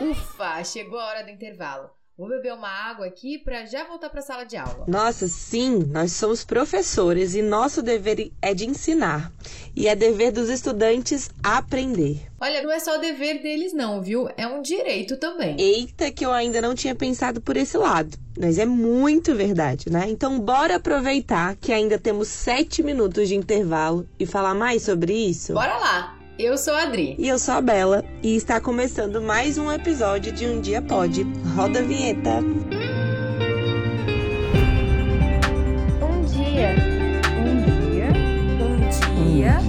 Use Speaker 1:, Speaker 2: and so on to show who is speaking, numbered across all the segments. Speaker 1: Ufa, chegou a hora do intervalo. Vou beber uma água aqui para já voltar para a sala de aula.
Speaker 2: Nossa, sim, nós somos professores e nosso dever é de ensinar. E é dever dos estudantes aprender.
Speaker 1: Olha, não é só o dever deles não, viu? É um direito também.
Speaker 2: Eita, que eu ainda não tinha pensado por esse lado. Mas é muito verdade, né? Então bora aproveitar que ainda temos sete minutos de intervalo e falar mais sobre isso?
Speaker 1: Bora lá! Eu sou a Adri.
Speaker 2: E eu sou a Bela. E está começando mais um episódio de Um Dia Pode. Roda a vinheta.
Speaker 3: Um dia. Um dia.
Speaker 4: Um dia,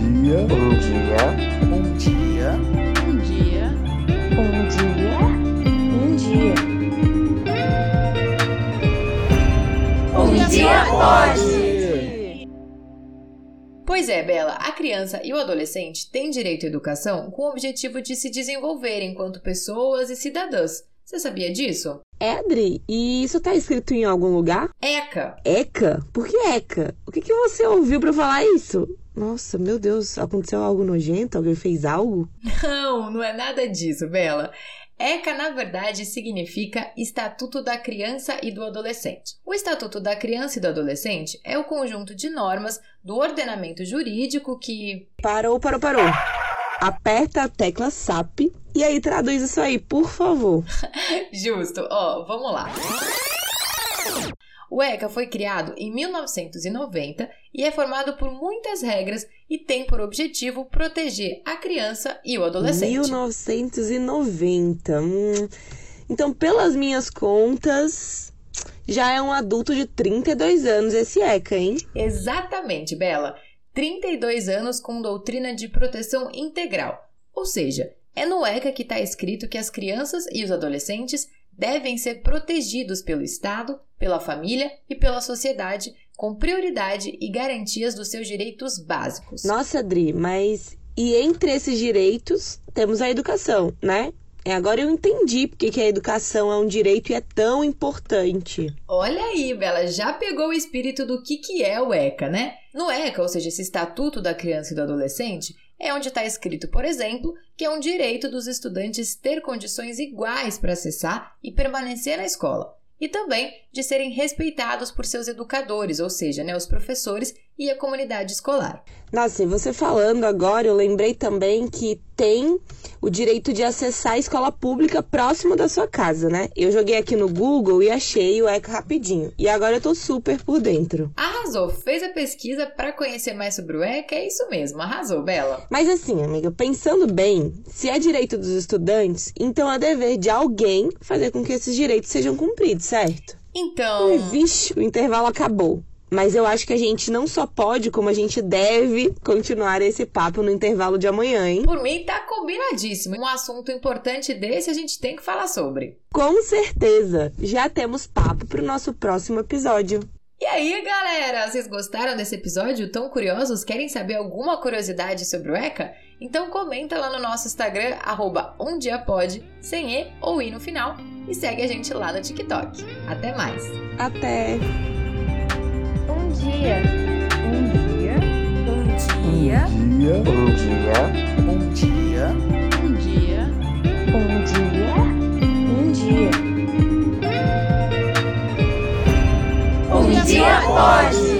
Speaker 5: dia,
Speaker 4: um dia,
Speaker 5: um dia,
Speaker 6: Um dia,
Speaker 3: Um dia. Um dia.
Speaker 6: Um dia
Speaker 1: Pois é, Bela, a criança e o adolescente têm direito à educação com o objetivo de se desenvolver enquanto pessoas e cidadãs. Você sabia disso?
Speaker 2: É, Adri, e isso tá escrito em algum lugar?
Speaker 1: ECA.
Speaker 2: Eca? Por que Eca? O que, que você ouviu pra eu falar isso? Nossa, meu Deus, aconteceu algo nojento? Alguém fez algo?
Speaker 1: Não, não é nada disso, Bela. ECA, na verdade, significa Estatuto da Criança e do Adolescente. O Estatuto da Criança e do Adolescente é o conjunto de normas do ordenamento jurídico que.
Speaker 2: Parou, parou, parou. Aperta a tecla SAP e aí traduz isso aí, por favor.
Speaker 1: Justo, ó, vamos lá. O ECA foi criado em 1990 e é formado por muitas regras e tem por objetivo proteger a criança e o adolescente.
Speaker 2: 1990. Hum. Então, pelas minhas contas, já é um adulto de 32 anos esse ECA, hein?
Speaker 1: Exatamente, Bela. 32 anos com doutrina de proteção integral. Ou seja, é no ECA que está escrito que as crianças e os adolescentes devem ser protegidos pelo Estado, pela família e pela sociedade, com prioridade e garantias dos seus direitos básicos.
Speaker 2: Nossa, Adri, mas e entre esses direitos temos a educação, né? É, agora eu entendi porque que a educação é um direito e é tão importante.
Speaker 1: Olha aí, Bela, já pegou o espírito do que, que é o ECA, né? No ECA, ou seja, esse Estatuto da Criança e do Adolescente, é onde está escrito, por exemplo, que é um direito dos estudantes ter condições iguais para acessar e permanecer na escola, e também de serem respeitados por seus educadores, ou seja, né, os professores e a comunidade escolar.
Speaker 2: Nossa, e você falando agora, eu lembrei também que tem o direito de acessar a escola pública próximo da sua casa, né? Eu joguei aqui no Google e achei o ECA rapidinho. E agora eu tô super por dentro.
Speaker 1: Arrasou! Fez a pesquisa para conhecer mais sobre o ECA? É isso mesmo, arrasou, Bela!
Speaker 2: Mas assim, amiga, pensando bem, se é direito dos estudantes, então é dever de alguém fazer com que esses direitos sejam cumpridos, certo?
Speaker 1: Então.
Speaker 2: Ai, vixe, o intervalo acabou. Mas eu acho que a gente não só pode, como a gente deve continuar esse papo no intervalo de amanhã, hein?
Speaker 1: Por mim, tá combinadíssimo. Um assunto importante desse a gente tem que falar sobre.
Speaker 2: Com certeza! Já temos papo pro nosso próximo episódio.
Speaker 1: E aí, galera, vocês gostaram desse episódio? Tão curiosos? Querem saber alguma curiosidade sobre o ECA? Então comenta lá no nosso Instagram, arroba umdiapod, sem E ou I no final, e segue a gente lá no TikTok. Até mais!
Speaker 2: Até!
Speaker 3: Um dia. Um dia.
Speaker 4: um dia,
Speaker 5: dia,
Speaker 4: um dia,
Speaker 5: um
Speaker 6: um
Speaker 5: dia.
Speaker 6: dia,
Speaker 3: Um dia. Um dia.
Speaker 6: um dia pode.